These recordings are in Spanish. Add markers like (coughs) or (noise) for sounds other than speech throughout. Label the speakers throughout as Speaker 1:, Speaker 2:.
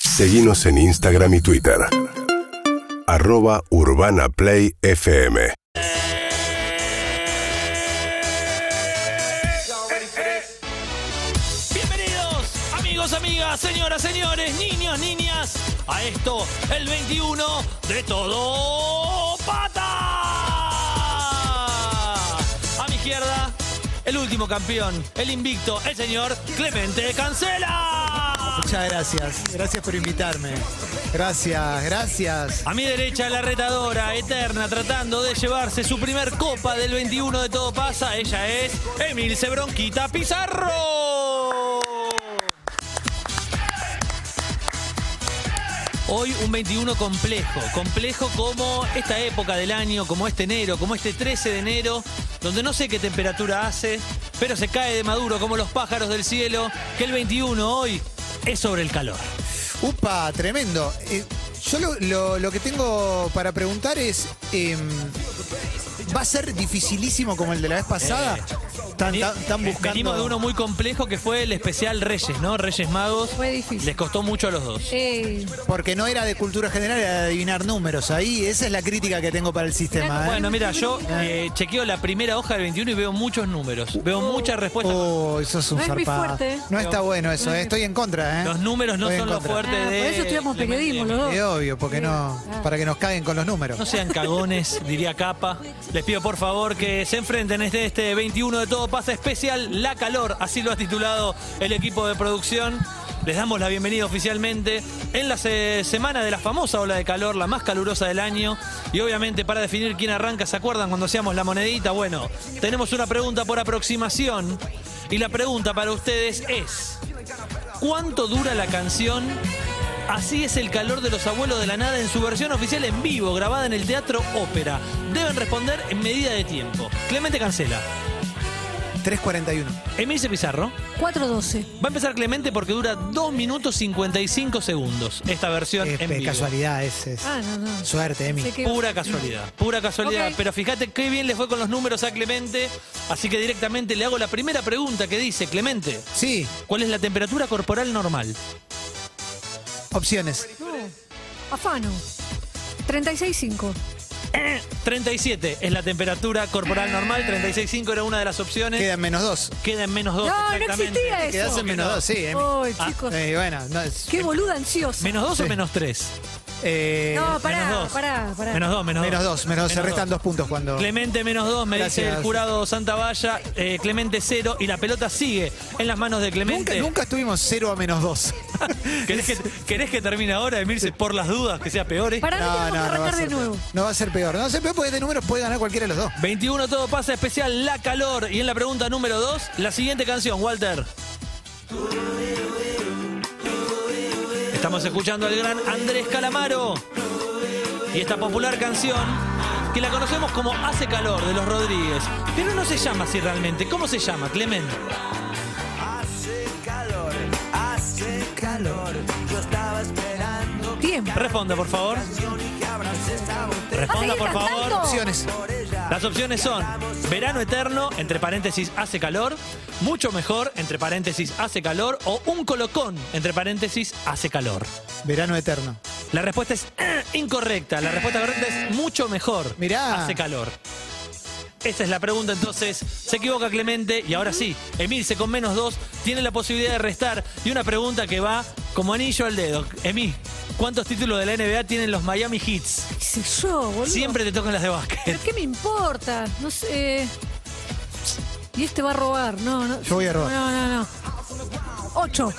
Speaker 1: Seguimos en Instagram y Twitter. Arroba Urbana Play FM.
Speaker 2: Bienvenidos, amigos, amigas, señoras, señores, niños, niñas, a esto, el 21 de todo pata. A mi izquierda, el último campeón, el invicto, el señor Clemente Cancela.
Speaker 3: Muchas gracias. Gracias por invitarme. Gracias, gracias.
Speaker 2: A mi derecha, la retadora eterna, tratando de llevarse su primer copa del 21 de todo pasa. Ella es Emilce Bronquita Pizarro. Hoy un 21 complejo, complejo como esta época del año, como este enero, como este 13 de enero, donde no sé qué temperatura hace, pero se cae de maduro como los pájaros del cielo, que el 21 hoy es sobre el calor.
Speaker 3: Upa, tremendo. Eh, yo lo, lo- lo que tengo para preguntar es, em, ¿va a ser dificilísimo como el de la vez pasada? Están tan, tan
Speaker 2: Ve- Eh, Venimos de uno
Speaker 3: buscando...
Speaker 2: muy complejo que fue el especial Reyes, ¿no? Reyes Magos.
Speaker 4: Fue difícil.
Speaker 2: Les costó mucho a los dos.
Speaker 4: Eh,
Speaker 3: Porque no era de cultura general, era de adivinar números. Ahí, esa es la crítica que tengo para el sistema. ¿eh?
Speaker 2: Bueno, mira, yo eh, chequeo la primera hoja del 21 y veo muchos números. Veo muchas respuestas.
Speaker 3: Oh, eso es un
Speaker 4: No es mi
Speaker 3: zarpado.
Speaker 4: fuerte, ¿eh?
Speaker 3: No está bueno eso, ¿eh? estoy en contra. ¿eh?
Speaker 2: Los números no
Speaker 3: Estoy en
Speaker 2: son lo
Speaker 3: contra.
Speaker 2: fuerte
Speaker 4: ah,
Speaker 2: de.
Speaker 4: por eso estudiamos
Speaker 2: Clemente
Speaker 4: periodismo
Speaker 2: y
Speaker 4: los
Speaker 2: Emilce.
Speaker 4: dos.
Speaker 3: Es obvio, porque no,
Speaker 4: Claro.
Speaker 3: para que nos caguen con los números.
Speaker 2: No sean cagones, diría Capa. Les pido por favor que se enfrenten este, este 21 de todo pasa especial, La Calor, así lo ha titulado el equipo de producción. Les damos la bienvenida oficialmente en la se- semana de la famosa ola de calor, la más calurosa del año. Y obviamente para definir quién arranca, ¿se acuerdan cuando hacíamos la monedita? Bueno, tenemos una pregunta por aproximación. Y la pregunta para ustedes es, ¿cuánto dura la canción Así es el calor de los abuelos de la nada en su versión oficial en vivo, grabada en el Teatro Ópera. Deben responder en medida de tiempo. Clemente Cancela,
Speaker 3: 3.41.
Speaker 2: Emilce Pizarro.
Speaker 4: 4-12.
Speaker 2: Va a empezar Clemente porque dura 2 minutos 55 segundos esta versión
Speaker 3: Es
Speaker 2: en vivo.
Speaker 3: pe- Este, casualidad, es, es
Speaker 4: Ah, no, no.
Speaker 3: suerte, Emi.
Speaker 4: Sé que-
Speaker 2: Pura casualidad, pura casualidad.
Speaker 4: Ok.
Speaker 2: Pero fíjate qué bien le fue con los números a Clemente. Así que directamente le hago la primera pregunta que dice, Clemente,
Speaker 3: Sí,
Speaker 2: ¿cuál es la temperatura corporal normal?
Speaker 3: opciones.
Speaker 4: No. Afano. 36-5.
Speaker 2: 37 es la temperatura corporal normal, 36.5 era una de las opciones.
Speaker 3: Quedan menos dos.
Speaker 2: Queda en menos 2.
Speaker 4: No, no existía eso.
Speaker 3: Quedas en menos dos, sí, Emi.
Speaker 4: Ay,
Speaker 2: Ah,
Speaker 4: chicos.
Speaker 3: Eh, bueno, no, es-
Speaker 4: Qué boluda ansiosa.
Speaker 2: ¿Menos 2 o
Speaker 3: Sí.
Speaker 2: menos 3?
Speaker 3: eh,
Speaker 4: no, pará,
Speaker 2: menos dos.
Speaker 4: pará, pará.
Speaker 2: Menos 2, menos 2.
Speaker 3: menos dos, menos dos. Se restan dos puntos cuando.
Speaker 2: Clemente menos 2, me
Speaker 3: Gracias.
Speaker 2: dice el jurado Santa Valla. eh, Clemente 0 y la pelota sigue en las manos de
Speaker 3: Nunca,
Speaker 2: Clemente.
Speaker 3: nunca estuvimos cero a menos dos.
Speaker 2: ¿Querés, que, querés que termine ahora, Emilce, por las dudas, que sea peor? eh?
Speaker 4: Pará,
Speaker 3: (laughs)
Speaker 4: no, tenemos que
Speaker 3: va a
Speaker 4: arrancar de
Speaker 3: ser
Speaker 4: nuevo.
Speaker 3: peor. No va a ser peor. No va a ser peor porque de números puede ganar cualquiera de los dos.
Speaker 2: 21 todo pasa especial La Calor. Y en la pregunta número 2, la siguiente canción, Walter. Estamos escuchando al gran Andrés Calamaro. Y esta popular canción, que la conocemos como Hace Calor de los Rodríguez. Pero no se llama así realmente. ¿Cómo se llama, Clemente?
Speaker 4: Tiempo.
Speaker 2: Responda, por favor. Responda,
Speaker 4: ¿Ah, seguís
Speaker 2: por favor.
Speaker 4: cantando?
Speaker 3: Opciones.
Speaker 2: Las opciones son verano eterno, entre paréntesis hace calor, mucho mejor, entre paréntesis hace calor, o un colocón, entre paréntesis hace calor.
Speaker 3: Verano eterno.
Speaker 2: La respuesta es eh, incorrecta, la respuesta correcta es mucho mejor,
Speaker 3: Mirá.
Speaker 2: hace calor. Esa es la pregunta entonces, se equivoca Clemente y ahora sí, Emilce con menos dos tiene la posibilidad de restar y una pregunta que va como anillo al dedo. Emil, ¿cuántos títulos de la NBA tienen los Miami Heats?
Speaker 4: ¿Qué sé yo, boludo?
Speaker 2: Siempre te tocan las de básquet.
Speaker 4: ¿Pero qué me importa? No sé. Y este va a robar. No, no.
Speaker 3: Yo voy a robar.
Speaker 4: No, no, no. 8.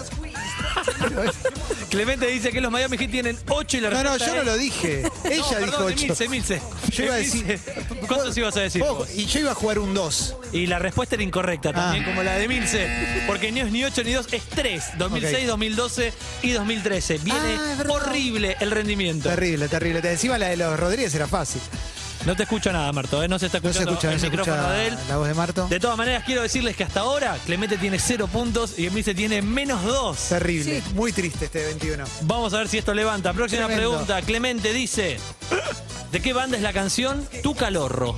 Speaker 2: Clemente dice que los Miami Heat tienen 8 y la
Speaker 3: No, no,
Speaker 2: respuesta
Speaker 3: yo no
Speaker 2: es-
Speaker 3: lo dije.
Speaker 2: (laughs) No,
Speaker 3: Ella
Speaker 2: perdón,
Speaker 3: dijo ocho.
Speaker 2: Emilce, Emilce.
Speaker 3: Yo iba a
Speaker 2: Emilce,
Speaker 3: decir.
Speaker 2: ¿Cuántos ibas a decir?
Speaker 3: Vos,
Speaker 2: vos?
Speaker 3: y yo iba a jugar un 2.
Speaker 2: Y la respuesta era incorrecta también,
Speaker 3: Ah.
Speaker 2: como la de Milce. Porque no es ni 8 ni 2, es 3. 2006,
Speaker 3: Ok.
Speaker 2: 2012 y 2013. Viene
Speaker 3: Ah, es verdad.
Speaker 2: horrible el rendimiento.
Speaker 3: Terrible, terrible. Te- Encima la de los Rodríguez era fácil.
Speaker 2: No te escucho nada, Marto. ¿eh? No se está
Speaker 3: No se
Speaker 2: escuchando
Speaker 3: escucha, no
Speaker 2: el
Speaker 3: se
Speaker 2: micrófono
Speaker 3: escucha
Speaker 2: de él.
Speaker 3: la voz de Marto.
Speaker 2: De todas maneras, quiero decirles que hasta ahora Clemente tiene 0 puntos y Emilce tiene menos 2.
Speaker 3: Terrible.
Speaker 4: Sí.
Speaker 3: Muy triste este 21.
Speaker 2: Vamos a ver si esto levanta. Próxima
Speaker 3: Tremendo.
Speaker 2: pregunta. Clemente dice: ¿De qué banda es la canción Tu Calorro?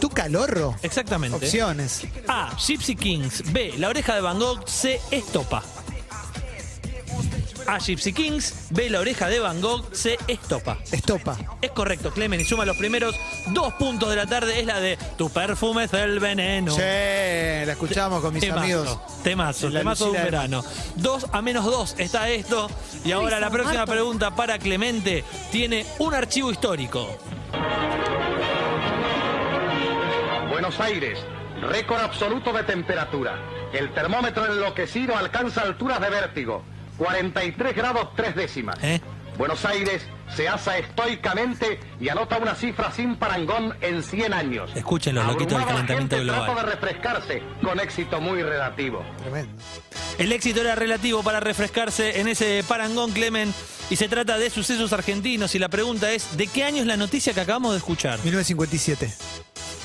Speaker 3: ¿Tu
Speaker 2: Eh,
Speaker 3: calorro?
Speaker 2: Exactamente.
Speaker 3: Opciones.
Speaker 2: A. Gypsy Kings. B. La oreja de Van Gogh. C. Estopa. A Gypsy Kings, B La Oreja de Van Gogh, C Estopa.
Speaker 3: Estopa.
Speaker 2: Es correcto, Clemen, y suma los primeros dos puntos de la tarde. Es la de Tu perfume es el veneno.
Speaker 3: Sí, la escuchamos con mis
Speaker 2: Temazo,
Speaker 3: amigos.
Speaker 2: Temazo,
Speaker 3: La
Speaker 2: temazo de un
Speaker 3: Lucila.
Speaker 2: verano. Dos a menos dos está esto. Y ahora la
Speaker 4: San
Speaker 2: próxima
Speaker 4: Marcos.
Speaker 2: pregunta para Clemente tiene un archivo histórico.
Speaker 5: Buenos Aires, récord absoluto de temperatura. El termómetro enloquecido alcanza alturas de vértigo, 43 grados tres décimas.
Speaker 2: ¿Eh?
Speaker 5: Buenos Aires se asa estoicamente y anota una cifra sin parangón en 100 años.
Speaker 2: Escuchen los loquitos del
Speaker 5: Abrumaba la
Speaker 2: calentamiento
Speaker 5: gente,
Speaker 2: global.
Speaker 5: Trato de refrescarse con éxito muy relativo.
Speaker 3: Tremendo.
Speaker 2: El éxito era relativo para refrescarse en ese parangón, Clemen. Y se trata de sucesos argentinos. Y la pregunta es: ¿de qué año es la noticia que acabamos de escuchar?
Speaker 3: 1957.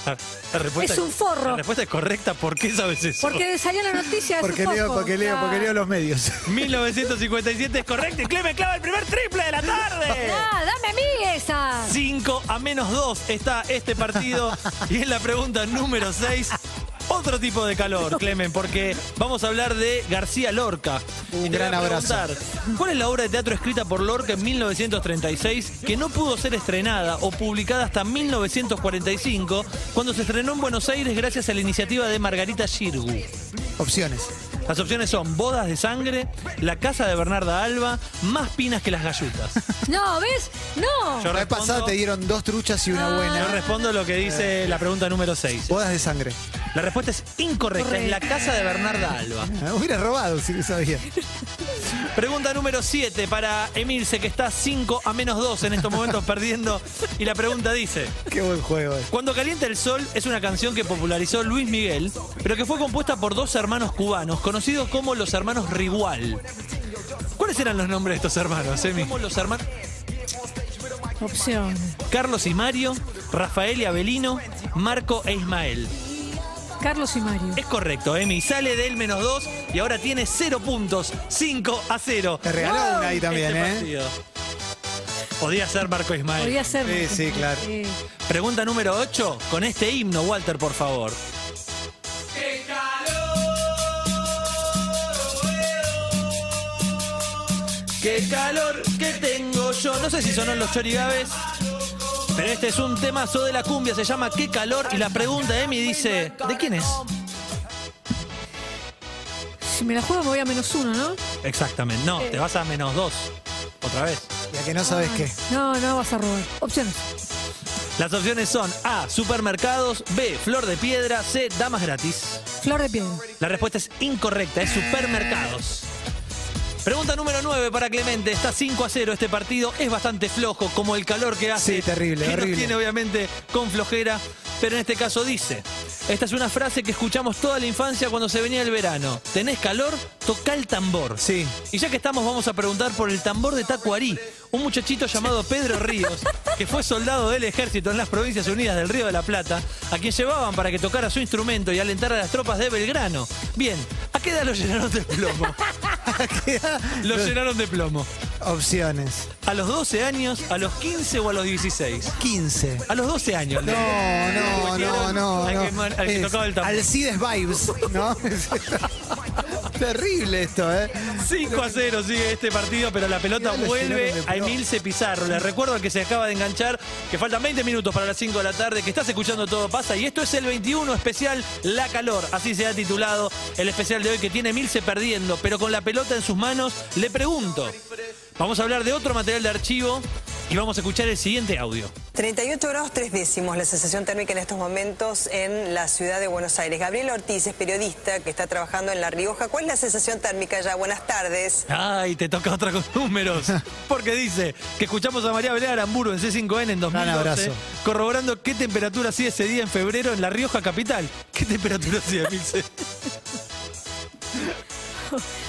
Speaker 2: Ah, La respuesta,
Speaker 4: Es un forro.
Speaker 2: La respuesta es correcta. ¿Por qué sabes eso? (laughs)
Speaker 4: Porque salió la noticia hace
Speaker 3: Porque leo,
Speaker 4: poco.
Speaker 3: porque leo, porque leo los medios. (laughs)
Speaker 2: 1957 es correcto. Y Clemen clava el primer triple de la tarde.
Speaker 4: Ah, dame a mí esa.
Speaker 2: 5 a menos 2 está este
Speaker 3: (laughs)
Speaker 2: partido. y en la pregunta número 6, otro tipo de calor, Clemen, porque vamos a hablar de García Lorca.
Speaker 3: Un
Speaker 2: Y te voy a
Speaker 3: gran abrazo.
Speaker 2: preguntar, ¿Cuál es la obra de teatro escrita por Lorca en 1936 que no pudo ser estrenada o publicada hasta 1945, cuando se estrenó en Buenos Aires gracias a la iniciativa de Margarita Girgu?
Speaker 3: Opciones.
Speaker 2: Las opciones son Bodas de Sangre, La Casa de Bernarda Alba, Más Pinas que las Gallutas.
Speaker 3: (laughs)
Speaker 4: No, ¿ves? No.
Speaker 2: Yo
Speaker 3: La vez
Speaker 2: respondo-
Speaker 3: pasada te dieron dos truchas y una
Speaker 2: Yo
Speaker 3: buena.
Speaker 2: respondo lo que dice la pregunta número 6.
Speaker 3: Bodas de sangre.
Speaker 2: La respuesta es incorrecta, es la casa de Bernarda Alba.
Speaker 3: Ah, Hubiera robado si lo sabía.
Speaker 2: Pregunta número 7 para Emilce, que está 5 a menos 2 en estos (laughs) momentos perdiendo. Y la pregunta dice,
Speaker 3: Qué buen juego. eh.
Speaker 2: Cuando Calienta el Sol es una canción que popularizó Luis Miguel, pero que fue compuesta por dos hermanos cubanos, conocidos como los hermanos Rigual. ¿Cuáles eran los nombres de estos hermanos, Emi? Los hermanos
Speaker 4: Opción.
Speaker 2: Carlos y Mario, Rafael y Abelino, Marco e Ismael.
Speaker 4: Carlos y Mario.
Speaker 2: Es correcto, Emi. Sale del menos 2 y ahora tiene 0 puntos. 5 a 0.
Speaker 3: Te regaló una ahí también,
Speaker 2: Este
Speaker 3: ¿eh?
Speaker 2: partido. Podía ser Marco Ismael.
Speaker 4: Podría ser.
Speaker 3: Sí, sí, claro.
Speaker 4: Sí.
Speaker 2: Pregunta número 8. Con este himno, Walter, por favor. ¡Qué calor! ¡Qué tengo yo! No sé si sonó en los chorigabes, pero este es un temazo de la cumbia. Se llama ¡Qué calor! Y la pregunta, Emi, dice: ¿de quién es?
Speaker 4: Si me la juego me voy a menos uno, ¿no?
Speaker 2: Exactamente. No, te vas a menos dos. Otra vez.
Speaker 3: Ya que no sabes qué.
Speaker 4: Ah, No, no vas a robar. Opciones.
Speaker 2: Las opciones son A, supermercados, B, flor de piedra, C, damas gratis.
Speaker 4: Flor de piedra.
Speaker 2: La respuesta es incorrecta, es supermercados. Pregunta número 9 para Clemente. Está 5 a 0 este partido. Es bastante flojo, como el calor que hace.
Speaker 3: Sí, terrible,
Speaker 2: Que nos
Speaker 3: horrible.
Speaker 2: tiene obviamente con flojera. Pero en este caso dice, esta es una frase que escuchamos toda la infancia cuando se venía el verano. ¿Tenés calor? Toca el tambor.
Speaker 3: Sí.
Speaker 2: Y ya que estamos, vamos a preguntar por el tambor de Tacuarí, un muchachito llamado Pedro Ríos, que fue soldado del ejército en las provincias unidas del Río de la Plata, a quien llevaban para que tocara su instrumento y alentara a las tropas de Belgrano. Bien, ¿a qué edad lo llenaron de plomo? Lo llenaron de plomo.
Speaker 3: Opciones.
Speaker 2: ¿A los 12 años, a los 15 o a los 16?
Speaker 3: 15.
Speaker 2: A los 12 años.
Speaker 3: No, no, no, no.
Speaker 2: Al que,
Speaker 3: no.
Speaker 2: man- al que
Speaker 3: Es
Speaker 2: tocaba el tambor.
Speaker 3: Alcides Vibes, ¿no?
Speaker 2: (laughs)
Speaker 3: (laughs) Terrible esto, ¿eh?
Speaker 2: 5 a 0 sigue este partido, pero la pelota
Speaker 3: Mirá, le
Speaker 2: vuelve
Speaker 3: llenaron de
Speaker 2: a
Speaker 3: plomo.
Speaker 2: Emilce Pizarro. Les recuerdo al que se acaba de enganchar que faltan 20 minutos para las 5 de la tarde, que estás escuchando Todo Pasa y esto es el 21 especial La Calor, así se ha titulado el especial de hoy que tiene Emilce perdiendo, pero con la pelota en sus manos le pregunto. Vamos a hablar de otro material de archivo y vamos a escuchar el siguiente audio.
Speaker 6: 38 grados tres décimos la sensación térmica en estos momentos en la ciudad de Buenos Aires. Gabriel Ortiz es periodista que está trabajando en La Rioja. ¿Cuál es la sensación térmica ya? Buenas tardes.
Speaker 2: Ay, te toca otra con
Speaker 4: (laughs)
Speaker 2: números. Porque dice que escuchamos a María Belén Aramburu en C5N en 2012,
Speaker 3: abrazo.
Speaker 2: corroborando qué temperatura hacía ese día en febrero en La Rioja Capital. ¿Qué temperatura hacía,
Speaker 4: (laughs)
Speaker 2: Milce?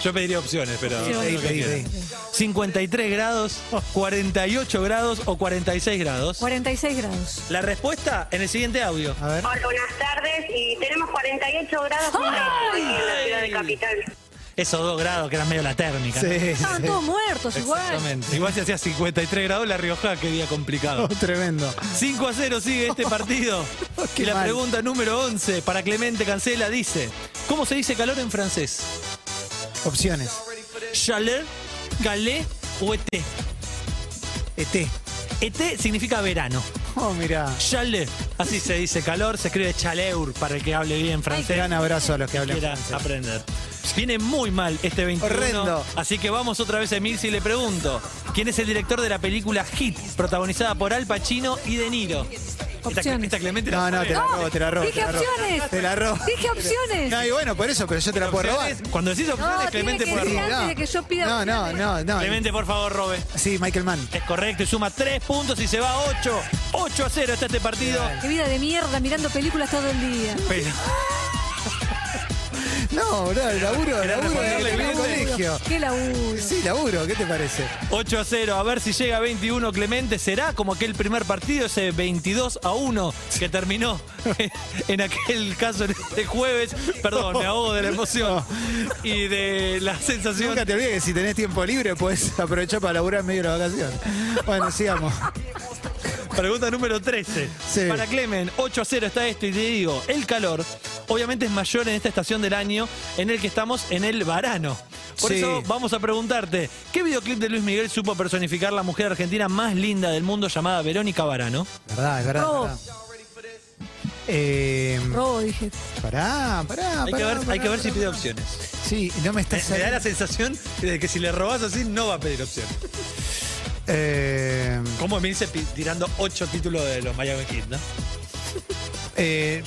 Speaker 2: Yo pediría opciones, pero...
Speaker 4: Sí,
Speaker 2: lo que
Speaker 4: pedí,
Speaker 3: pedí,
Speaker 2: quieran.
Speaker 4: pedí.
Speaker 2: 53 grados, 48 grados o 46 grados.
Speaker 4: 46 grados.
Speaker 3: (laughs)
Speaker 2: La respuesta en el siguiente audio.
Speaker 4: Ah.
Speaker 3: A ver.
Speaker 7: Hola, buenas tardes. Y tenemos 48 grados un beso hoy en la ciudad de Capital.
Speaker 2: Esos dos grados que eran medio la térmica. ¿no?
Speaker 3: Sí, sí.
Speaker 4: Estaban todos muertos igual.
Speaker 2: Exactamente. Igual se hacía 53 grados La Rioja, qué día complicado.
Speaker 3: Oh, tremendo.
Speaker 2: 5 a 0 sigue
Speaker 3: (laughs)
Speaker 2: este partido.
Speaker 3: qué
Speaker 2: y la
Speaker 3: mal.
Speaker 2: pregunta número 11 para Clemente Cancela dice: ¿Cómo se dice calor en francés?
Speaker 3: Opciones.
Speaker 2: Chaleur, Galé o ET.
Speaker 3: ET.
Speaker 2: ET significa verano.
Speaker 3: Oh, mirá.
Speaker 2: Chalet, así se dice calor, se escribe chaleur para el que hable bien francés.
Speaker 3: Gran abrazo a los que hablan
Speaker 2: quiera
Speaker 3: francés.
Speaker 2: aprender. Viene muy mal este 21.
Speaker 3: Horrendo.
Speaker 2: Así que vamos otra vez a Emilce y le pregunto: ¿quién es el director de la película Hit, protagonizada por Al Pacino y De Niro? Esta,
Speaker 4: Opciones.
Speaker 2: esta Clemente la
Speaker 3: No, no,
Speaker 2: sabe.
Speaker 3: te la robo, te la robo.
Speaker 4: Dije
Speaker 3: te la robo.
Speaker 4: opciones.
Speaker 3: Te la robo.
Speaker 4: Dije opciones.
Speaker 3: No, y bueno, por eso, pero yo te la puedo robar.
Speaker 2: Opciones. Cuando decís opciones,
Speaker 4: No, tiene
Speaker 2: Clemente
Speaker 4: que
Speaker 2: puede
Speaker 4: decir
Speaker 2: robar.
Speaker 4: antes de que yo pida
Speaker 3: No, no,
Speaker 4: opciones.
Speaker 3: no, no.
Speaker 2: Clemente, por favor, robe.
Speaker 3: Sí, Michael Mann.
Speaker 2: Es correcto y suma 3 puntos y se va a 8. 8 a 0 está este partido.
Speaker 4: Qué vida de mierda mirando películas todo el día.
Speaker 2: Pero-
Speaker 3: No, bro, el laburo, el
Speaker 2: Era
Speaker 3: laburo del
Speaker 2: responderle
Speaker 3: primer
Speaker 2: bien.
Speaker 3: colegio.
Speaker 4: Qué laburo.
Speaker 3: Sí, laburo, ¿qué te parece?
Speaker 2: 8 a 0, a ver si llega a 21 Clemente, será como aquel primer partido, ese 22 a 1 que terminó en aquel caso en este jueves, perdón, me ahogo de la emoción y de la sensación.
Speaker 3: Nunca te olvides que si tenés tiempo libre puedes (laughs) aprovechar para laburar en medio de la vacación. Bueno, sigamos.
Speaker 2: Pregunta número 13.
Speaker 3: Sí.
Speaker 2: Para Clemen, 8 a 0 está esto y te digo, el calor obviamente es mayor en esta estación del año en el que estamos en el verano. Por
Speaker 3: Sí.
Speaker 2: eso vamos a preguntarte, ¿qué videoclip de Luis Miguel supo personificar la mujer argentina más linda del mundo llamada Verónica Barano?
Speaker 3: Verdad, es verdad.
Speaker 4: Robo.
Speaker 3: verdad. Eh,
Speaker 4: Robo, dije.
Speaker 3: pará, pará,
Speaker 2: Hay que
Speaker 3: Ah, pará,
Speaker 2: ver, hay
Speaker 3: pará,
Speaker 2: que ver si
Speaker 3: pará.
Speaker 2: pide opciones.
Speaker 3: Sí, no me
Speaker 2: Me,
Speaker 3: estás.
Speaker 2: me da la sensación de que si le robás así no va a pedir opción.
Speaker 3: Eh,
Speaker 2: Como me dice pi- tirando ocho títulos de los Miami Heat, ¿no?
Speaker 3: eh,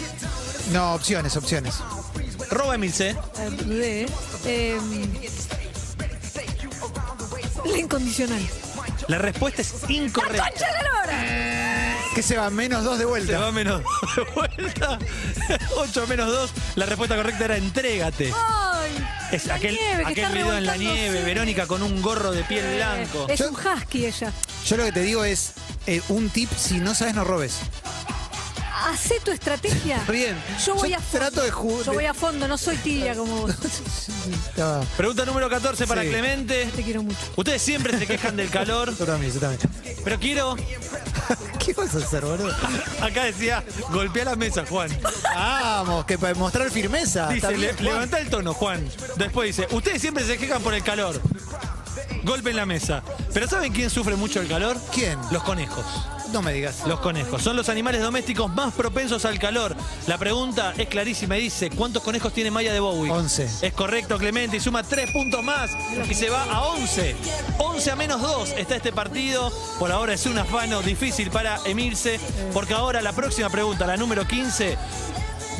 Speaker 3: no, opciones, opciones.
Speaker 2: Roba Emilce.
Speaker 4: Ah, dudé, ¿eh? Em, La incondicional.
Speaker 2: La respuesta es
Speaker 4: ¡La
Speaker 2: incorrecta.
Speaker 4: concha de la lora!
Speaker 3: ¿Qué se va? Menos dos de
Speaker 2: Se
Speaker 3: vuelta.
Speaker 2: va menos dos de vuelta. (laughs) 8 menos 2. La respuesta correcta era entrégate.
Speaker 3: Ah,
Speaker 4: ¡Ay!
Speaker 2: Es
Speaker 4: la
Speaker 2: aquel,
Speaker 4: nieve que
Speaker 2: aquel
Speaker 4: está
Speaker 2: video en la
Speaker 4: revolcándose.
Speaker 2: nieve, Verónica con un gorro de piel
Speaker 4: Eh,
Speaker 2: blanco.
Speaker 4: Es
Speaker 3: Yo-
Speaker 4: un husky ella.
Speaker 3: Yo lo que te digo es eh, un tip: si no sabes, no robes.
Speaker 4: Hacé tu estrategia.
Speaker 3: Está (laughs) bien.
Speaker 4: Yo voy
Speaker 3: Yo
Speaker 4: a fondo.
Speaker 3: trato de ju-
Speaker 4: Yo
Speaker 3: de- (laughs)
Speaker 4: voy a fondo, no soy tibia como vos.
Speaker 3: Ah,
Speaker 2: Pregunta número 14 para
Speaker 3: Sí.
Speaker 2: Clemente.
Speaker 4: Te quiero mucho.
Speaker 2: Ustedes siempre se quejan del calor,
Speaker 3: yo también, yo también. (laughs)
Speaker 2: pero quiero.
Speaker 3: ¿Qué vas a hacer, boludo?
Speaker 2: Acá decía, golpea la mesa, Juan.
Speaker 3: Vamos, que para mostrar firmeza. Ah, está
Speaker 2: Dice,
Speaker 3: bien,
Speaker 2: le-
Speaker 3: Juan.
Speaker 2: levanta el tono, Juan. Después dice, ustedes siempre se quejan por el calor. Golpe en la mesa. Pero ¿saben quién sufre mucho el calor?
Speaker 3: ¿Quién?
Speaker 2: Los conejos.
Speaker 3: No me digas.
Speaker 2: Los conejos. Son los animales domésticos más propensos al calor. La pregunta es clarísima y dice, ¿cuántos conejos tiene Maya de Bowie?
Speaker 3: Once.
Speaker 2: Es correcto, Clemente, y suma tres puntos más y se va a 11. 11 a menos 2 está este partido. Por ahora es un afano difícil para Emilce, porque ahora la próxima pregunta, la número 15,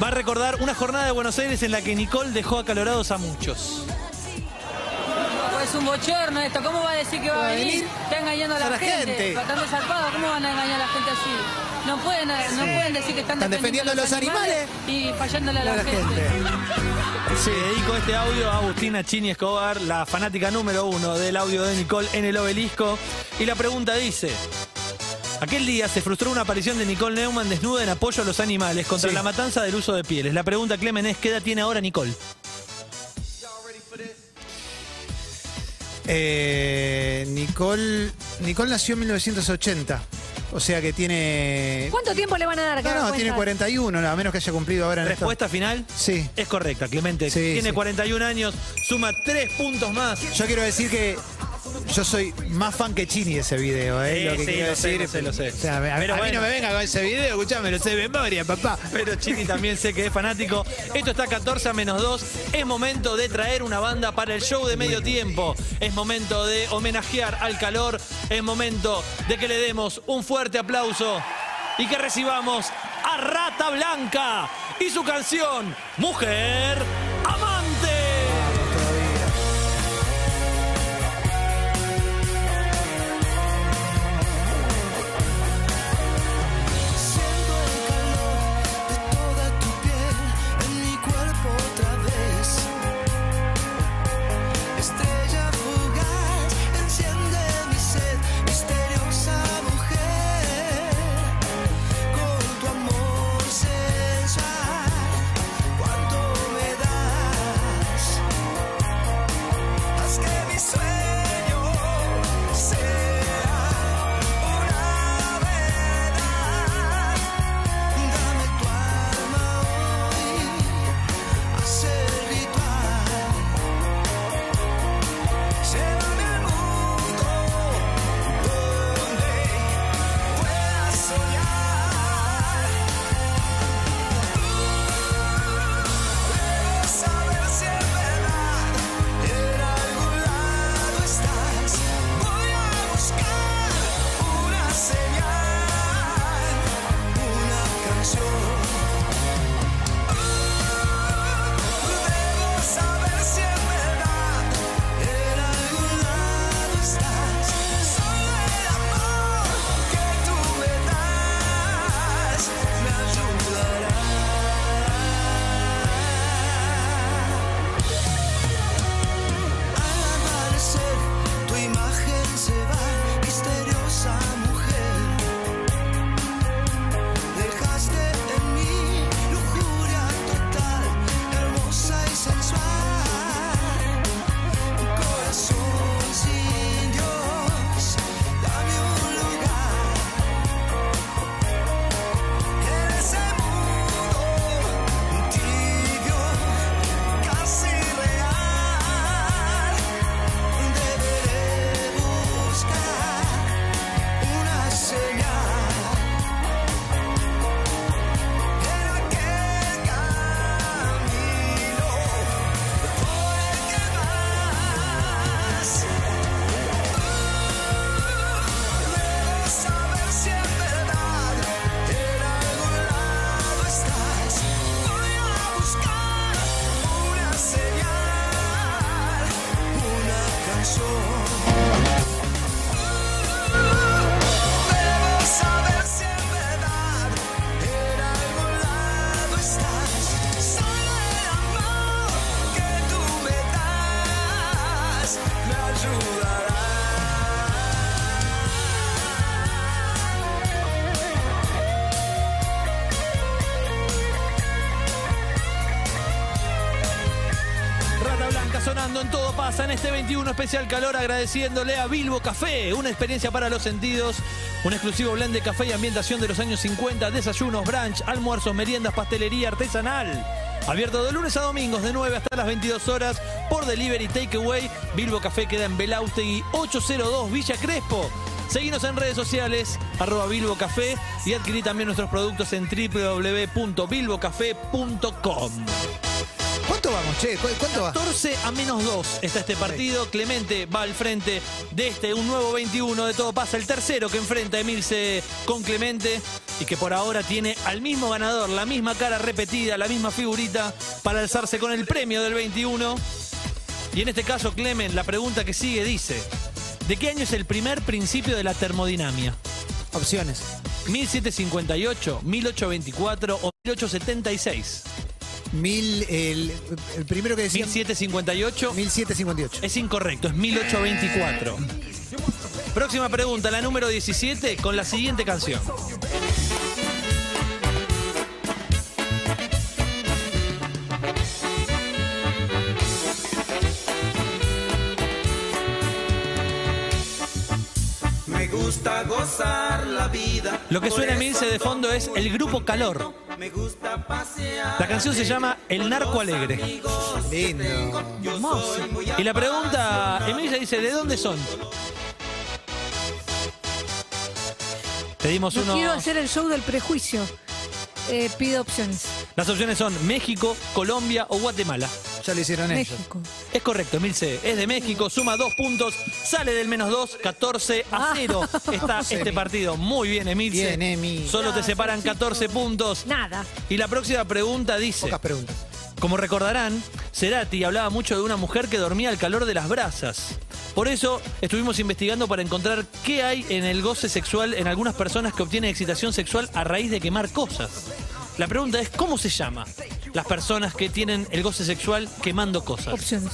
Speaker 2: va a recordar una jornada de Buenos Aires en la que Nicole dejó acalorados a muchos.
Speaker 8: Es un bochorno esto, ¿cómo va a decir que va a venir? Está engañando a la,
Speaker 3: A la gente.
Speaker 8: gente. Bastante zarpado, ¿cómo van a engañar a la gente así? No pueden, no pueden decir que están,
Speaker 3: Están defendiendo a los
Speaker 8: y fallándole a
Speaker 3: A
Speaker 8: la,
Speaker 3: la
Speaker 8: gente.
Speaker 3: gente.
Speaker 2: Se dedico este audio a Agustina Chini Escobar, la fanática número uno del audio de Nicole en el obelisco. Y la pregunta dice: Aquel día se frustró una aparición de Nicole Neumann desnuda en apoyo a los animales contra
Speaker 3: Sí.
Speaker 2: la matanza del uso de pieles. La pregunta, Clemen, es: ¿qué edad tiene ahora Nicole?
Speaker 3: Eh, Nicole, Nicole nació en 1980. O sea que tiene.
Speaker 4: ¿Cuánto tiempo le van a dar acá?
Speaker 3: No, no, tiene 41, no, a menos que haya cumplido ahora en esto.
Speaker 2: ¿Respuesta final?
Speaker 3: Sí.
Speaker 2: Es correcta, Clemente.
Speaker 3: Sí,
Speaker 2: tiene
Speaker 3: sí.
Speaker 2: 41 años, suma 3 puntos más.
Speaker 3: Yo quiero decir que yo soy más fan que Chini de ese video, ¿eh?
Speaker 2: Sí,
Speaker 3: lo que
Speaker 2: sí,
Speaker 3: quiero
Speaker 2: lo sé,
Speaker 3: decir.
Speaker 2: lo sé, lo sé.
Speaker 3: O sea, a, a
Speaker 2: Pero
Speaker 3: mí
Speaker 2: bueno.
Speaker 3: no me venga con ese video, escuchame, lo sé de memoria, papá.
Speaker 2: Pero Chini también sé que es fanático. Esto está 14 a menos 2. Es momento de traer una banda para el show de medio tiempo. Es momento de homenajear al calor. Es momento de que le demos un fuerte aplauso y que recibamos a Rata Blanca y su canción Mujer Amante.
Speaker 9: Siento el calor de toda tu piel en mi cuerpo otra vez. Estrella fugaz, enciende mi sed, misteriosa mujer. Con tu amor sensual, cuánto me da
Speaker 2: en Todo Pasa en este 21 especial calor agradeciéndole a Bilbo Café, una experiencia para los sentidos, un exclusivo blend de café y ambientación de los años 50, desayunos, brunch, almuerzos, meriendas, pastelería artesanal. Abierto de lunes a domingos de 9 hasta las 22 horas por delivery takeaway. Bilbo Café queda en Belaustegui 802 Villa Crespo. Seguinos en redes sociales, arroba Bilbo Café y adquirí también nuestros productos en www.bilbocafé.com.
Speaker 3: ¿Cuánto vamos, che? ¿Cu- ¿Cuánto va?
Speaker 2: 14 a menos 2 está este partido. Clemente va al frente de este, un nuevo 21 de todo pasa. El tercero que enfrenta a Emilce con Clemente y que por ahora tiene al mismo ganador, la misma cara repetida, la misma figurita para alzarse con el premio del 21. Y en este caso, Clemen, la pregunta que sigue dice: ¿De qué año es el primer principio de la termodinamia?
Speaker 3: Opciones.
Speaker 2: 1758, 1824 o 1876.
Speaker 3: Mil, el, el primero que decía...
Speaker 2: 1758
Speaker 3: 1758.
Speaker 2: Es incorrecto, es 1824. Próxima pregunta, la número 17, con la siguiente canción.
Speaker 9: Me gusta gozar la vida.
Speaker 2: Lo que suena, Milce, de fondo es el grupo Calor.
Speaker 9: Me gusta pasear.
Speaker 2: La canción se llama El Narco Alegre.
Speaker 3: Lindo.
Speaker 4: Hermoso.
Speaker 2: Y la pregunta, Emilia dice, ¿de dónde son? Pedimos
Speaker 4: Yo
Speaker 2: uno.
Speaker 4: quiero hacer el show del prejuicio. Eh, pido opciones.
Speaker 2: Las opciones son México, Colombia o Guatemala.
Speaker 3: Ya lo hicieron ellos.
Speaker 4: México.
Speaker 2: Es correcto, Emilce. Es de México, suma dos puntos, sale del menos dos, 14 a
Speaker 4: Ah.
Speaker 2: 0 está este partido. Muy bien, Emilce.
Speaker 3: Bien, Emi.
Speaker 2: Solo te separan 14 puntos.
Speaker 4: Nada.
Speaker 2: Y la próxima pregunta dice,
Speaker 3: Pocas preguntas.
Speaker 2: como recordarán, Cerati hablaba mucho de una mujer que dormía al calor de las brasas. Por eso estuvimos investigando para encontrar qué hay en el goce sexual en algunas personas que obtienen excitación sexual a raíz de quemar cosas. La pregunta es, ¿cómo se llama las personas que tienen el goce sexual quemando cosas?
Speaker 4: Opciones.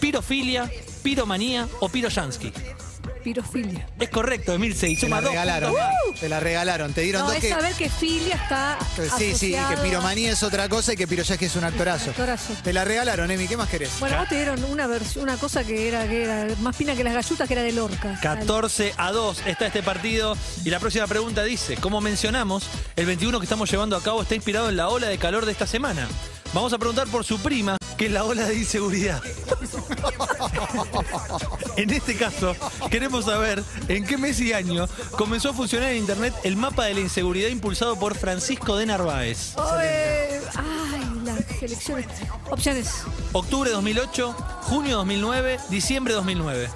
Speaker 2: pirofilia, piromanía o piroyansky.
Speaker 4: Pirofilia.
Speaker 2: Es correcto, Emilce, y
Speaker 3: Te
Speaker 2: suma
Speaker 3: la
Speaker 2: dos
Speaker 3: regalaron.
Speaker 2: puntos más.
Speaker 3: Te la regalaron. Te dieron
Speaker 4: No,
Speaker 3: dos
Speaker 4: es
Speaker 3: que...
Speaker 4: saber que filia está.
Speaker 3: Sí, sí, y que
Speaker 4: asociado a-
Speaker 3: piromanía es otra cosa y que piroyaje es un actorazo.
Speaker 4: Actorazo.
Speaker 3: Te la regalaron, Emi, ¿qué más querés?
Speaker 4: Bueno, vos te dieron una, vers- una cosa que era, que era más fina que las gallutas, que era de Lorca.
Speaker 2: 14 a 2 está este partido y la próxima pregunta dice, como mencionamos, el 21 que estamos llevando a cabo está inspirado en la ola de calor de esta semana. Vamos a preguntar por su prima, que es la ola de inseguridad. (laughs) en este caso, queremos saber en qué mes y año comenzó a funcionar en Internet el mapa de la inseguridad impulsado por Francisco de Narváez.
Speaker 4: Ay, ay, las elecciones. Opciones.
Speaker 2: Octubre 2008, junio 2009, diciembre 2009.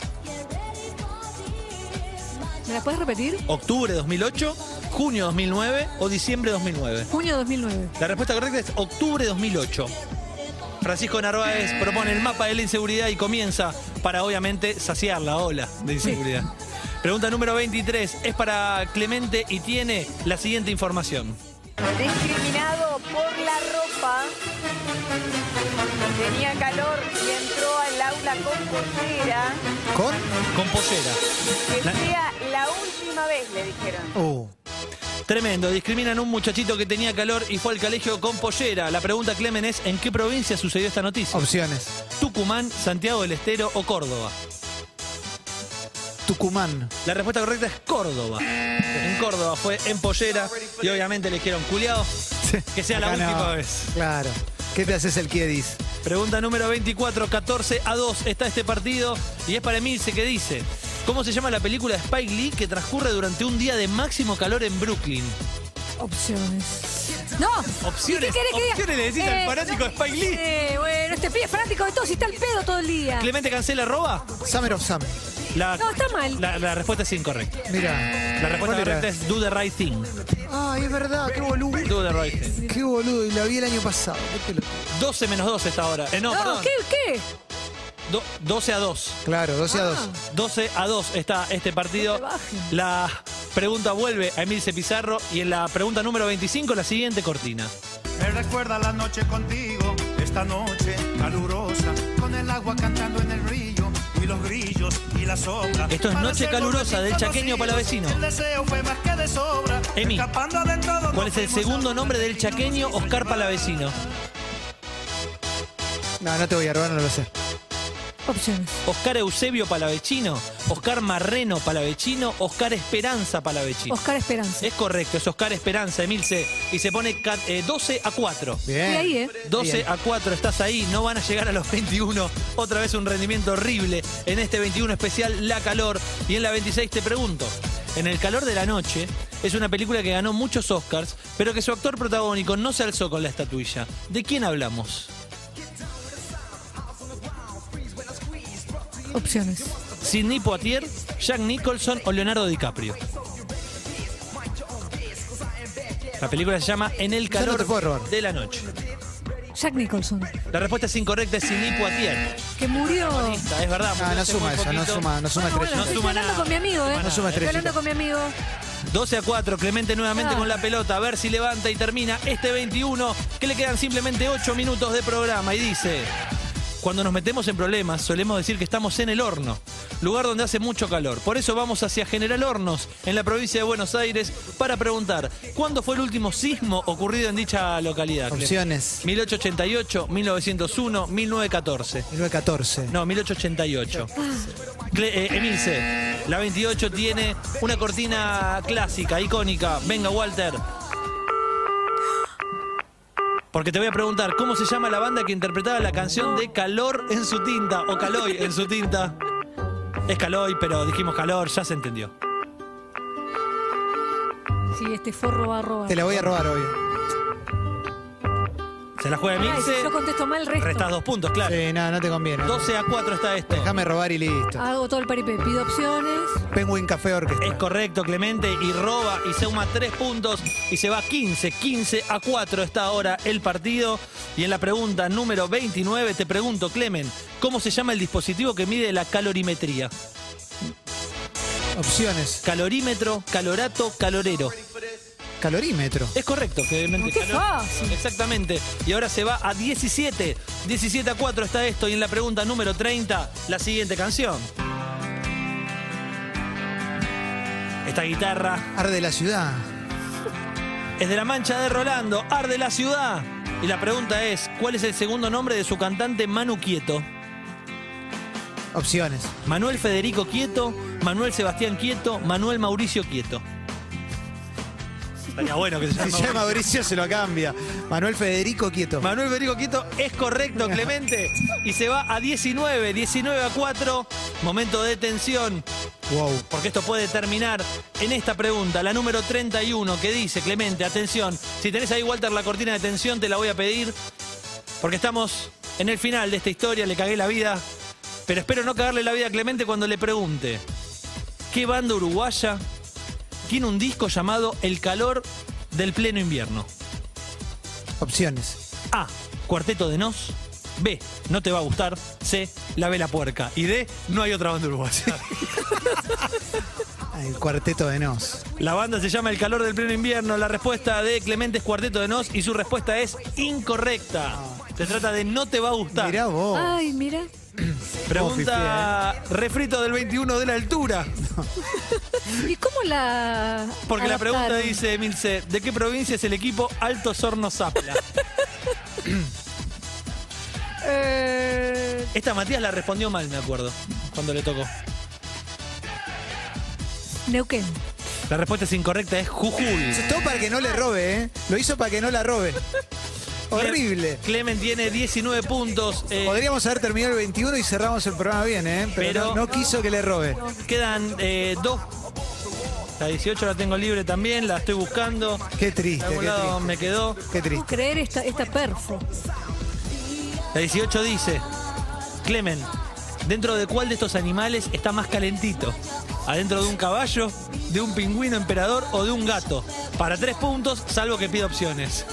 Speaker 4: ¿Me la puedes repetir?
Speaker 2: Octubre 2008, junio 2009 o diciembre 2009.
Speaker 4: Junio 2009.
Speaker 2: La respuesta correcta es octubre 2008. Francisco Narváez propone el mapa de la inseguridad y comienza para obviamente saciar la ola de inseguridad. Pregunta número 23 es para Clemente y tiene la siguiente información.
Speaker 7: Discriminado por la ropa, tenía calor y entró al aula con cosera.
Speaker 3: ¿Con?
Speaker 2: Con posera.
Speaker 7: Que
Speaker 2: La-
Speaker 7: sea la última vez, le dijeron.
Speaker 3: Uh,
Speaker 2: Tremendo, discriminan a un muchachito que tenía calor y fue al colegio con pollera. La pregunta, Clemen, es ¿en qué provincia sucedió esta noticia?
Speaker 3: opciones.
Speaker 2: Tucumán, Santiago del Estero o Córdoba.
Speaker 3: Tucumán.
Speaker 2: La respuesta correcta es Córdoba. En Córdoba fue en pollera y obviamente le dijeron culiado que sea la
Speaker 3: Acá no.
Speaker 2: última vez.
Speaker 3: Claro. ¿Qué te haces el Kiedis?
Speaker 2: Pregunta número 24, 14 a 2 está este partido y es para Emilce que dice, ¿cómo se llama la película de Spike Lee que transcurre durante un día de máximo calor en Brooklyn?
Speaker 4: Opciones. ¡No!
Speaker 2: Opciones,
Speaker 4: ¿Y qué querés que diga?
Speaker 2: opciones le decís al fanático de Spike Lee.
Speaker 4: Eh, bueno, este pibe es fanático de todo, si está al pedo todo el día.
Speaker 2: ¿Clemente Cancela roba?
Speaker 3: Summer of Summer.
Speaker 2: La,
Speaker 4: Ah. No, está mal.
Speaker 2: La, la respuesta es incorrecta.
Speaker 3: Mira.
Speaker 2: La respuesta correcta es Do the Right Thing.
Speaker 3: Ay, es verdad, qué boludo.
Speaker 2: Do the Right Thing.
Speaker 3: Qué boludo, y la vi el año pasado. Qué pelotudo.
Speaker 2: 12 menos 2 está ahora. Eh, no,
Speaker 4: No,
Speaker 2: perdón.
Speaker 4: ¿qué? ¿Qué?
Speaker 2: Do- 12 a 2.
Speaker 3: Claro, 12 a 2.
Speaker 4: Ah.
Speaker 2: 12 a 2 está este partido.
Speaker 4: No te bajes.
Speaker 2: la pregunta vuelve a Emilce Pizarro y en la pregunta número 25 la siguiente cortina.
Speaker 9: Me recuerda la noche contigo, esta noche calurosa, con el agua cantando en el río y los grillos y la sombra.
Speaker 2: Esto es Noche Calurosa, del Chaqueño Palavecino.
Speaker 9: El deseo fue más que de sobra.
Speaker 2: Emi,
Speaker 9: escapando de todo,
Speaker 2: ¿Cuál
Speaker 9: nos
Speaker 2: es el
Speaker 9: fuimos
Speaker 2: segundo
Speaker 9: al
Speaker 2: nombre del
Speaker 9: destino,
Speaker 2: chaqueño
Speaker 9: nos hicimos
Speaker 2: Oscar Palavecino?
Speaker 3: No, no te voy a robar, no lo sé.
Speaker 4: opciones.
Speaker 2: Oscar Eusebio Palavecino, Oscar Marreno Palavecino, Oscar Esperanza Palavecino.
Speaker 4: Oscar Esperanza.
Speaker 2: Es correcto, es Oscar Esperanza, Emilce, y se pone ca- eh, 12 a 4.
Speaker 3: Bien.
Speaker 4: Y ahí, ¿eh?
Speaker 2: 12
Speaker 3: Bien.
Speaker 2: a 4, estás ahí, no van a llegar a los 21. Otra vez un rendimiento horrible en este 21 especial La Calor. Y en la 26 te pregunto, en El Calor de la Noche es una película que ganó muchos Oscars, pero que su actor protagónico no se alzó con la estatuilla. ¿De quién hablamos?
Speaker 4: Opciones.
Speaker 2: Sidney Poitier, Jack Nicholson o Leonardo DiCaprio. La película se llama En el
Speaker 3: Ya no te
Speaker 2: calor
Speaker 3: puedo robar.
Speaker 2: de la noche.
Speaker 4: Jack Nicholson,
Speaker 2: La respuesta es incorrecta, es Sidney Poitier.
Speaker 4: que murió.
Speaker 2: Esta, es verdad.
Speaker 3: No,
Speaker 2: murió
Speaker 3: no
Speaker 2: hace
Speaker 3: suma
Speaker 2: muy
Speaker 3: eso, no
Speaker 2: poquito.
Speaker 3: suma, no suma
Speaker 4: Bueno, bueno,
Speaker 3: estrellas.
Speaker 2: No
Speaker 4: estoy
Speaker 2: suma
Speaker 4: hablando
Speaker 2: nada.
Speaker 4: con mi amigo, ¿eh?
Speaker 2: No
Speaker 3: suma
Speaker 4: Estoy hablando
Speaker 3: estrellitas.
Speaker 4: con mi amigo.
Speaker 2: 12 a 4, Clemente nuevamente
Speaker 4: Ah.
Speaker 2: con la pelota, a ver si levanta y termina este 21, que le quedan simplemente 8 minutos de programa y dice, cuando nos metemos en problemas solemos decir que estamos en el horno, lugar donde hace mucho calor, por eso vamos hacia General Hornos, en la provincia de Buenos Aires, para preguntar, ¿cuándo fue el último sismo ocurrido en dicha localidad? Clemente?
Speaker 3: Opciones.
Speaker 2: 1888, 1901, 1914.
Speaker 3: 1914.
Speaker 2: No, 1888. Cle- eh, Emilce, la 28 tiene una cortina clásica, icónica. Venga, Walter. Porque te voy a preguntar, ¿cómo se llama la banda que interpretaba la canción de Calor en su tinta? O Caloy en su tinta. Es Caloy, pero dijimos calor, ya se entendió.
Speaker 4: Sí, este forro va a robar.
Speaker 3: Te la voy a robar, obvio.
Speaker 2: Se la juega
Speaker 4: Ay,
Speaker 2: Emilce.
Speaker 4: si yo contesto mal, resto.
Speaker 2: Restas dos puntos, claro.
Speaker 3: Sí, no, no te conviene.
Speaker 2: 12 a 4 está esto.
Speaker 3: Déjame robar y listo.
Speaker 4: Hago todo el paripé. Pido opciones.
Speaker 3: Penguin Café
Speaker 2: Es
Speaker 3: Orquesta.
Speaker 2: correcto, Clemente, y roba y suma tres puntos y se va 15, 15 a 4 está ahora el partido. Y en la pregunta número 29 te pregunto, Clemen, ¿cómo se llama el dispositivo que mide la calorimetría?
Speaker 3: Opciones.
Speaker 2: Calorímetro, calorato, calorero.
Speaker 3: Calorímetro.
Speaker 2: Es correcto, Clemente.
Speaker 4: Qué
Speaker 2: calor-
Speaker 4: fácil.
Speaker 2: Exactamente. Y ahora se va a 17, 17 a 4 está esto. Y en la pregunta número 30, la siguiente canción. Esta guitarra
Speaker 3: Arde la ciudad.
Speaker 2: Es de la mancha de Rolando, arde la ciudad. Y la pregunta es, ¿cuál es el segundo nombre de su cantante Manu Quieto? (laughs)
Speaker 3: Opciones.
Speaker 2: Manuel Federico Quieto, Manuel Sebastián Quieto, Manuel Mauricio Quieto. Estaría bueno que se
Speaker 3: Si
Speaker 2: llame.
Speaker 3: ya
Speaker 2: Mauricio.
Speaker 3: Mauricio se lo cambia. Manuel Federico Quieto.
Speaker 2: Manuel Federico Quieto es correcto, Clemente. Y se va a 19, 19 a 4. Momento de tensión,
Speaker 3: Wow.
Speaker 2: porque esto puede terminar en esta pregunta, la número 31, que dice, Clemente, atención, si tenés ahí, Walter, la cortina de tensión, te la voy a pedir, porque estamos en el final de esta historia, le cagué la vida, pero espero no cagarle la vida a Clemente cuando le pregunte, ¿qué banda uruguaya tiene un disco llamado El calor del pleno invierno?
Speaker 3: Opciones.
Speaker 2: A. Cuarteto de Nos. B. No te va a gustar. C. La vela puerca. Y D. No hay otra banda uruguaya.
Speaker 3: Ah, El cuarteto de Nos.
Speaker 2: La banda se llama El calor del pleno invierno. La respuesta de Clemente es Cuarteto de Nos y su respuesta es incorrecta. Se trata de No te va a gustar.
Speaker 3: Ah. Mirá vos.
Speaker 4: Ay, mira.
Speaker 2: Pregunta
Speaker 3: eh.
Speaker 2: refrito del 21 de la altura.
Speaker 4: ¿Y cómo la.?
Speaker 2: Porque la pregunta
Speaker 4: adaptaron?
Speaker 2: dice, Emilce, ¿de qué provincia es el equipo Altos Hornos
Speaker 3: (coughs)
Speaker 2: Zapla?
Speaker 4: Eh,
Speaker 2: Esta Matías la respondió mal, me acuerdo, cuando le tocó.
Speaker 4: Neuquén.
Speaker 2: La respuesta es incorrecta, es Jujuy.
Speaker 3: Eso es todo para que no le robe, ¿eh? Lo hizo para que no la robe. Horrible.
Speaker 2: Clemen tiene 19 puntos. eh,
Speaker 3: Podríamos haber terminado el 21 y cerramos el programa bien, ¿eh? Pero,
Speaker 2: Pero-
Speaker 3: no, no quiso que le robe.
Speaker 2: Quedan eh, dos. La 18 la tengo libre también, la estoy buscando.
Speaker 3: Qué
Speaker 2: De
Speaker 3: triste, qué
Speaker 2: algún lado
Speaker 3: triste.
Speaker 2: me quedó.
Speaker 3: Qué
Speaker 4: ¿Cómo
Speaker 3: triste.
Speaker 4: creer esta, esta perfo?
Speaker 2: La 18 dice, Clemen, ¿dentro de cuál de estos animales está más calentito? ¿Adentro de un caballo, de un pingüino emperador o de un gato? Para tres puntos, salvo que pida opciones.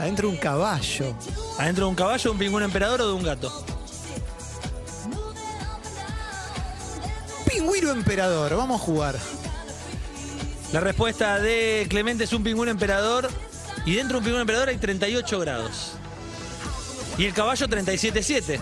Speaker 3: Adentro un caballo.
Speaker 2: ¿Adentro de un caballo, de un pingüino emperador o de un gato?
Speaker 3: Pingüino emperador, vamos a jugar.
Speaker 2: La respuesta de Clemente es un pingüino emperador y dentro de un pingüino emperador hay 38 grados. Y el caballo 37.7,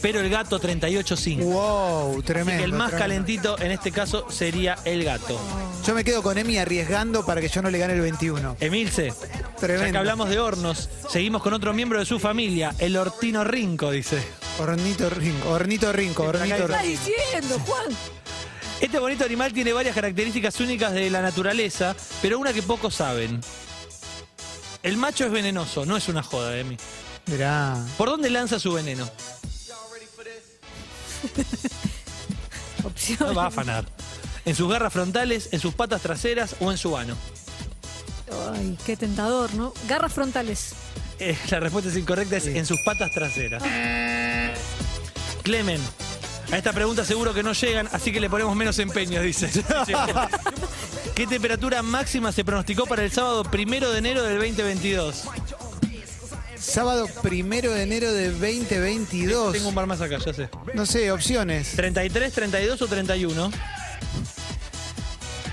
Speaker 2: pero el gato 38.5.
Speaker 3: Wow, tremendo.
Speaker 2: El más
Speaker 3: tremendo.
Speaker 2: calentito en este caso sería el gato.
Speaker 3: Yo me quedo con Emi arriesgando para que yo no le gane el 21.
Speaker 2: Emilce, ya que
Speaker 3: Tremendo.
Speaker 2: hablamos de hornos, seguimos con otro miembro de su familia, el Hortino Rinco, dice.
Speaker 3: Hornito Rinco, Hornito Rinco, Hornito
Speaker 4: ¿Qué estás
Speaker 3: Rinco.
Speaker 4: diciendo, Juan?
Speaker 2: Este bonito animal tiene varias características únicas de la naturaleza, pero una que pocos saben. El macho es venenoso, no es una joda, Emi.
Speaker 3: Mirá.
Speaker 2: ¿Por dónde lanza su veneno?
Speaker 4: Opción.
Speaker 2: No va a afanar. ¿En sus garras frontales, en sus patas traseras o en su ano?
Speaker 4: Ay, qué tentador, ¿no? Garras frontales.
Speaker 2: Eh, la respuesta es incorrecta, es en sus patas traseras. Clemen, a esta pregunta seguro que no llegan, así que le ponemos menos empeño, (laughs) dice. ¿Qué temperatura máxima se pronosticó para el sábado primero de enero del 2022?
Speaker 3: Sábado primero de enero de 2022.
Speaker 2: Tengo un bar más acá, ya sé.
Speaker 3: No sé, opciones.
Speaker 2: ¿33, 32 o 31?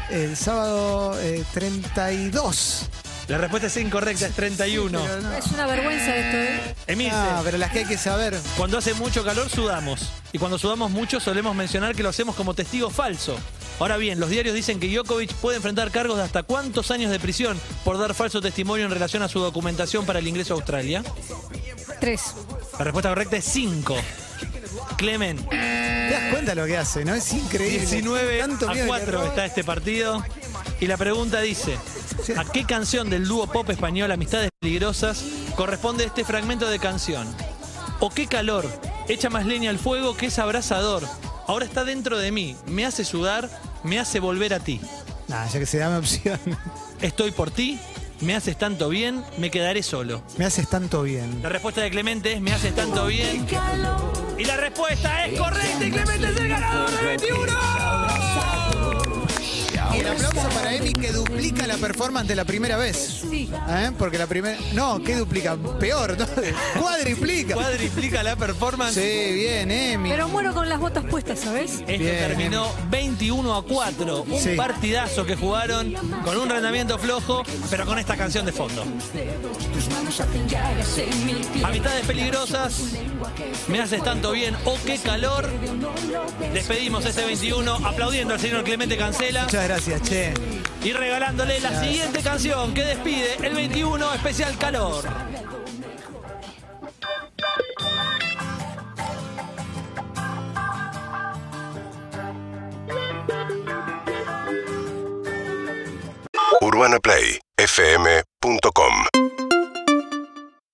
Speaker 3: El sábado eh, 32.
Speaker 2: La respuesta es incorrecta, es 31.
Speaker 3: Pero no.
Speaker 4: Es una vergüenza esto, ¿eh?
Speaker 2: Emilce,
Speaker 3: Ah, pero las que hay que saber.
Speaker 2: cuando hace mucho calor sudamos. Y cuando sudamos mucho solemos mencionar que lo hacemos como testigo falso. Ahora bien, los diarios dicen que Djokovic puede enfrentar cargos de hasta cuántos años de prisión por dar falso testimonio en relación a su documentación para el ingreso a Australia.
Speaker 4: Tres.
Speaker 2: La respuesta correcta es 5. Clemen,
Speaker 3: Te das cuenta lo que hace, ¿no? Es increíble.
Speaker 2: 19
Speaker 3: Tanto miedo
Speaker 2: a
Speaker 3: que
Speaker 2: 4
Speaker 3: roba.
Speaker 2: está este partido. Y la pregunta dice, ¿a qué canción del dúo pop español Amistades Peligrosas corresponde este fragmento de canción? ¿O qué calor? Echa más leña al fuego que es abrasador. Ahora está dentro de mí, me hace sudar, me hace volver a ti.
Speaker 3: Nah, ya que se dame opción. (laughs)
Speaker 2: Estoy por ti, me haces tanto bien, me quedaré solo.
Speaker 3: Me haces tanto bien.
Speaker 2: La respuesta de Clemente es, me haces tanto bien. Y la respuesta es correcta y Clemente es el ganador del 21.
Speaker 3: Y el aplauso para Emi que duplica la performance de la primera vez.
Speaker 4: Sí.
Speaker 3: ¿Eh? Porque la primera. No, ¿qué duplica? Peor, ¿no? (laughs) Cuadriplica.
Speaker 2: Cuadriplica la performance.
Speaker 3: Sí, bien, Emi.
Speaker 4: Pero muero con las botas puestas, ¿sabes?
Speaker 2: Esto
Speaker 3: Bien,
Speaker 2: terminó 21 a 4, un
Speaker 3: Sí.
Speaker 2: partidazo que jugaron con un rendimiento flojo, pero con esta canción de fondo. Amistades peligrosas, me haces tanto bien, oh qué calor. Despedimos este 21 aplaudiendo al señor Clemente Cancela
Speaker 3: Muchas gracias, che.
Speaker 2: y regalándole la siguiente canción que despide el 21 especial calor.
Speaker 1: UrbanaPlayFM.com